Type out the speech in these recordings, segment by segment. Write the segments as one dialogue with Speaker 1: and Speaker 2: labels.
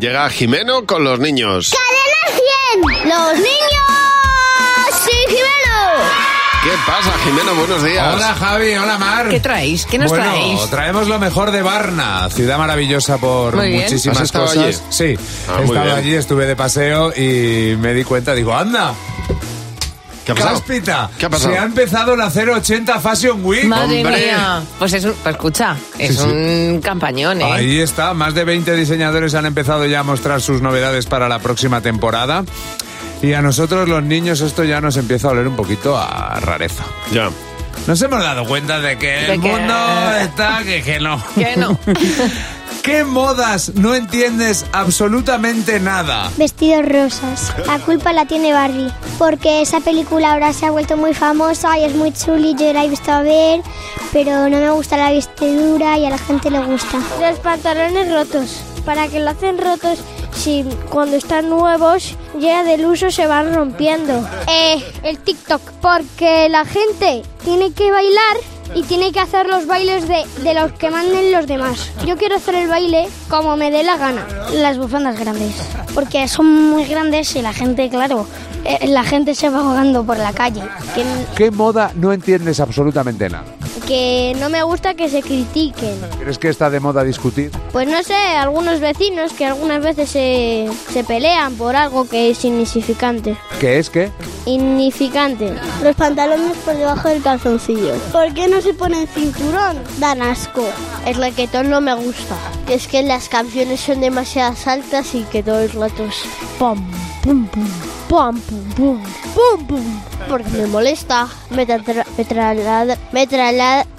Speaker 1: Llega Jimeno con los niños.
Speaker 2: ¡Cadena 100! ¡Los niños! ¡Sí,
Speaker 1: ¿Qué pasa, Jimeno? Buenos días.
Speaker 3: Hola Javi, hola Mar.
Speaker 4: ¿Qué traéis? ¿Qué nos
Speaker 3: bueno,
Speaker 4: traéis?
Speaker 3: traemos lo mejor de Varna, ciudad maravillosa por
Speaker 4: Muy bien.
Speaker 3: muchísimas
Speaker 1: ¿Has estado
Speaker 3: cosas.
Speaker 1: allí?
Speaker 3: Sí,
Speaker 1: Ah,
Speaker 3: he
Speaker 1: muy
Speaker 3: estado
Speaker 1: bien.
Speaker 3: allí, estuve de paseo y me di cuenta, digo, anda,
Speaker 1: ¿Qué ha pasado?
Speaker 3: cáspita,
Speaker 1: ¿Qué ha pasado?
Speaker 3: se ha empezado la 080 Fashion Week.
Speaker 4: Madre
Speaker 1: Hombre.
Speaker 4: mía. Pues es un, pues escucha,
Speaker 3: Sí,
Speaker 4: es
Speaker 3: sí.
Speaker 4: un campañón, ¿eh?
Speaker 3: Ahí está, más de 20 diseñadores han empezado ya a mostrar sus novedades para la próxima temporada. Y a nosotros los niños esto ya nos empieza a oler un poquito a rareza.
Speaker 1: Ya.
Speaker 3: Nos hemos dado cuenta de que el
Speaker 4: De que-
Speaker 3: mundo está que, que no.
Speaker 4: Que no.
Speaker 3: ¿Qué modas no entiendes absolutamente nada?
Speaker 2: Vestidos rosas.
Speaker 5: La culpa la tiene Barbie, porque esa película ahora se ha vuelto muy famosa y es muy chuli, yo la he visto a ver, pero no me gusta la vestidura y a la gente le gusta.
Speaker 2: Los pantalones rotos. Para que lo hacen rotos, si cuando están nuevos, ya del uso se van rompiendo. Eh, el TikTok. Porque la gente tiene que bailar y tiene que hacer los bailes de, de los que manden los demás. Yo quiero hacer el baile como me dé la gana. Las bufandas grandes. Porque son muy grandes y la gente, claro, eh, la gente se va jugando por la calle.
Speaker 3: ¿Qué moda no entiendes absolutamente nada?
Speaker 2: que no me gusta que se critiquen.
Speaker 3: ¿Crees que está de moda discutir?
Speaker 2: Pues no sé, algunos vecinos que algunas veces se, se pelean por algo que es insignificante.
Speaker 3: ¿Qué es qué?
Speaker 2: Insignificante.
Speaker 5: Los pantalones por debajo del calzoncillo. ¿Por qué no se ponen cinturón? Dan asco.
Speaker 2: El raquetón no me gusta. Es que las canciones son demasiadas altas y que todo el rato es pam, pum, pum, pam, pum, pum, pum, pum. Porque me molesta. Me, tra- me traladra- me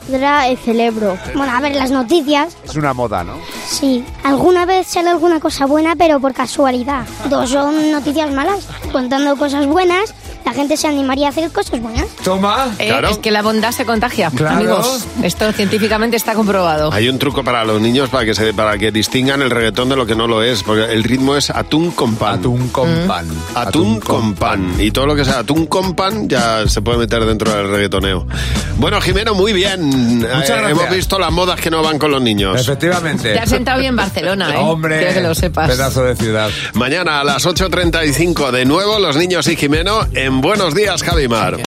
Speaker 2: traladra el cerebro.
Speaker 5: Bueno, a ver las noticias.
Speaker 3: Es una moda, ¿no?
Speaker 5: Sí, alguna vez sale alguna cosa buena, pero por casualidad. Dos son noticias malas. Contando cosas buenas, la gente se animaría a hacer cosas buenas.
Speaker 3: Toma.
Speaker 4: Eh,
Speaker 1: Claro.
Speaker 4: Es que la bondad se contagia,
Speaker 3: Claro.
Speaker 4: amigos. Esto científicamente está comprobado.
Speaker 1: Hay un truco para los niños para que se para que distingan el reggaetón de lo que no lo es, porque el ritmo es atún con pan. Mm.
Speaker 3: Atún con pan.
Speaker 1: Atún con pan. Y todo lo que sea atún con pan ya se puede meter dentro del reggaetoneo. Bueno, Jimeno, muy bien. Eh,
Speaker 3: Muchas gracias.
Speaker 1: Hemos visto las modas que no van con los niños.
Speaker 4: Te
Speaker 3: Efectivamente.
Speaker 4: has sentado bien Barcelona, ¿eh?
Speaker 3: Hombre,
Speaker 4: Quiero que lo sepas.
Speaker 3: pedazo de ciudad.
Speaker 1: Mañana a las 8.35 de nuevo, los niños y Jimeno en Buenos Días, Javimar.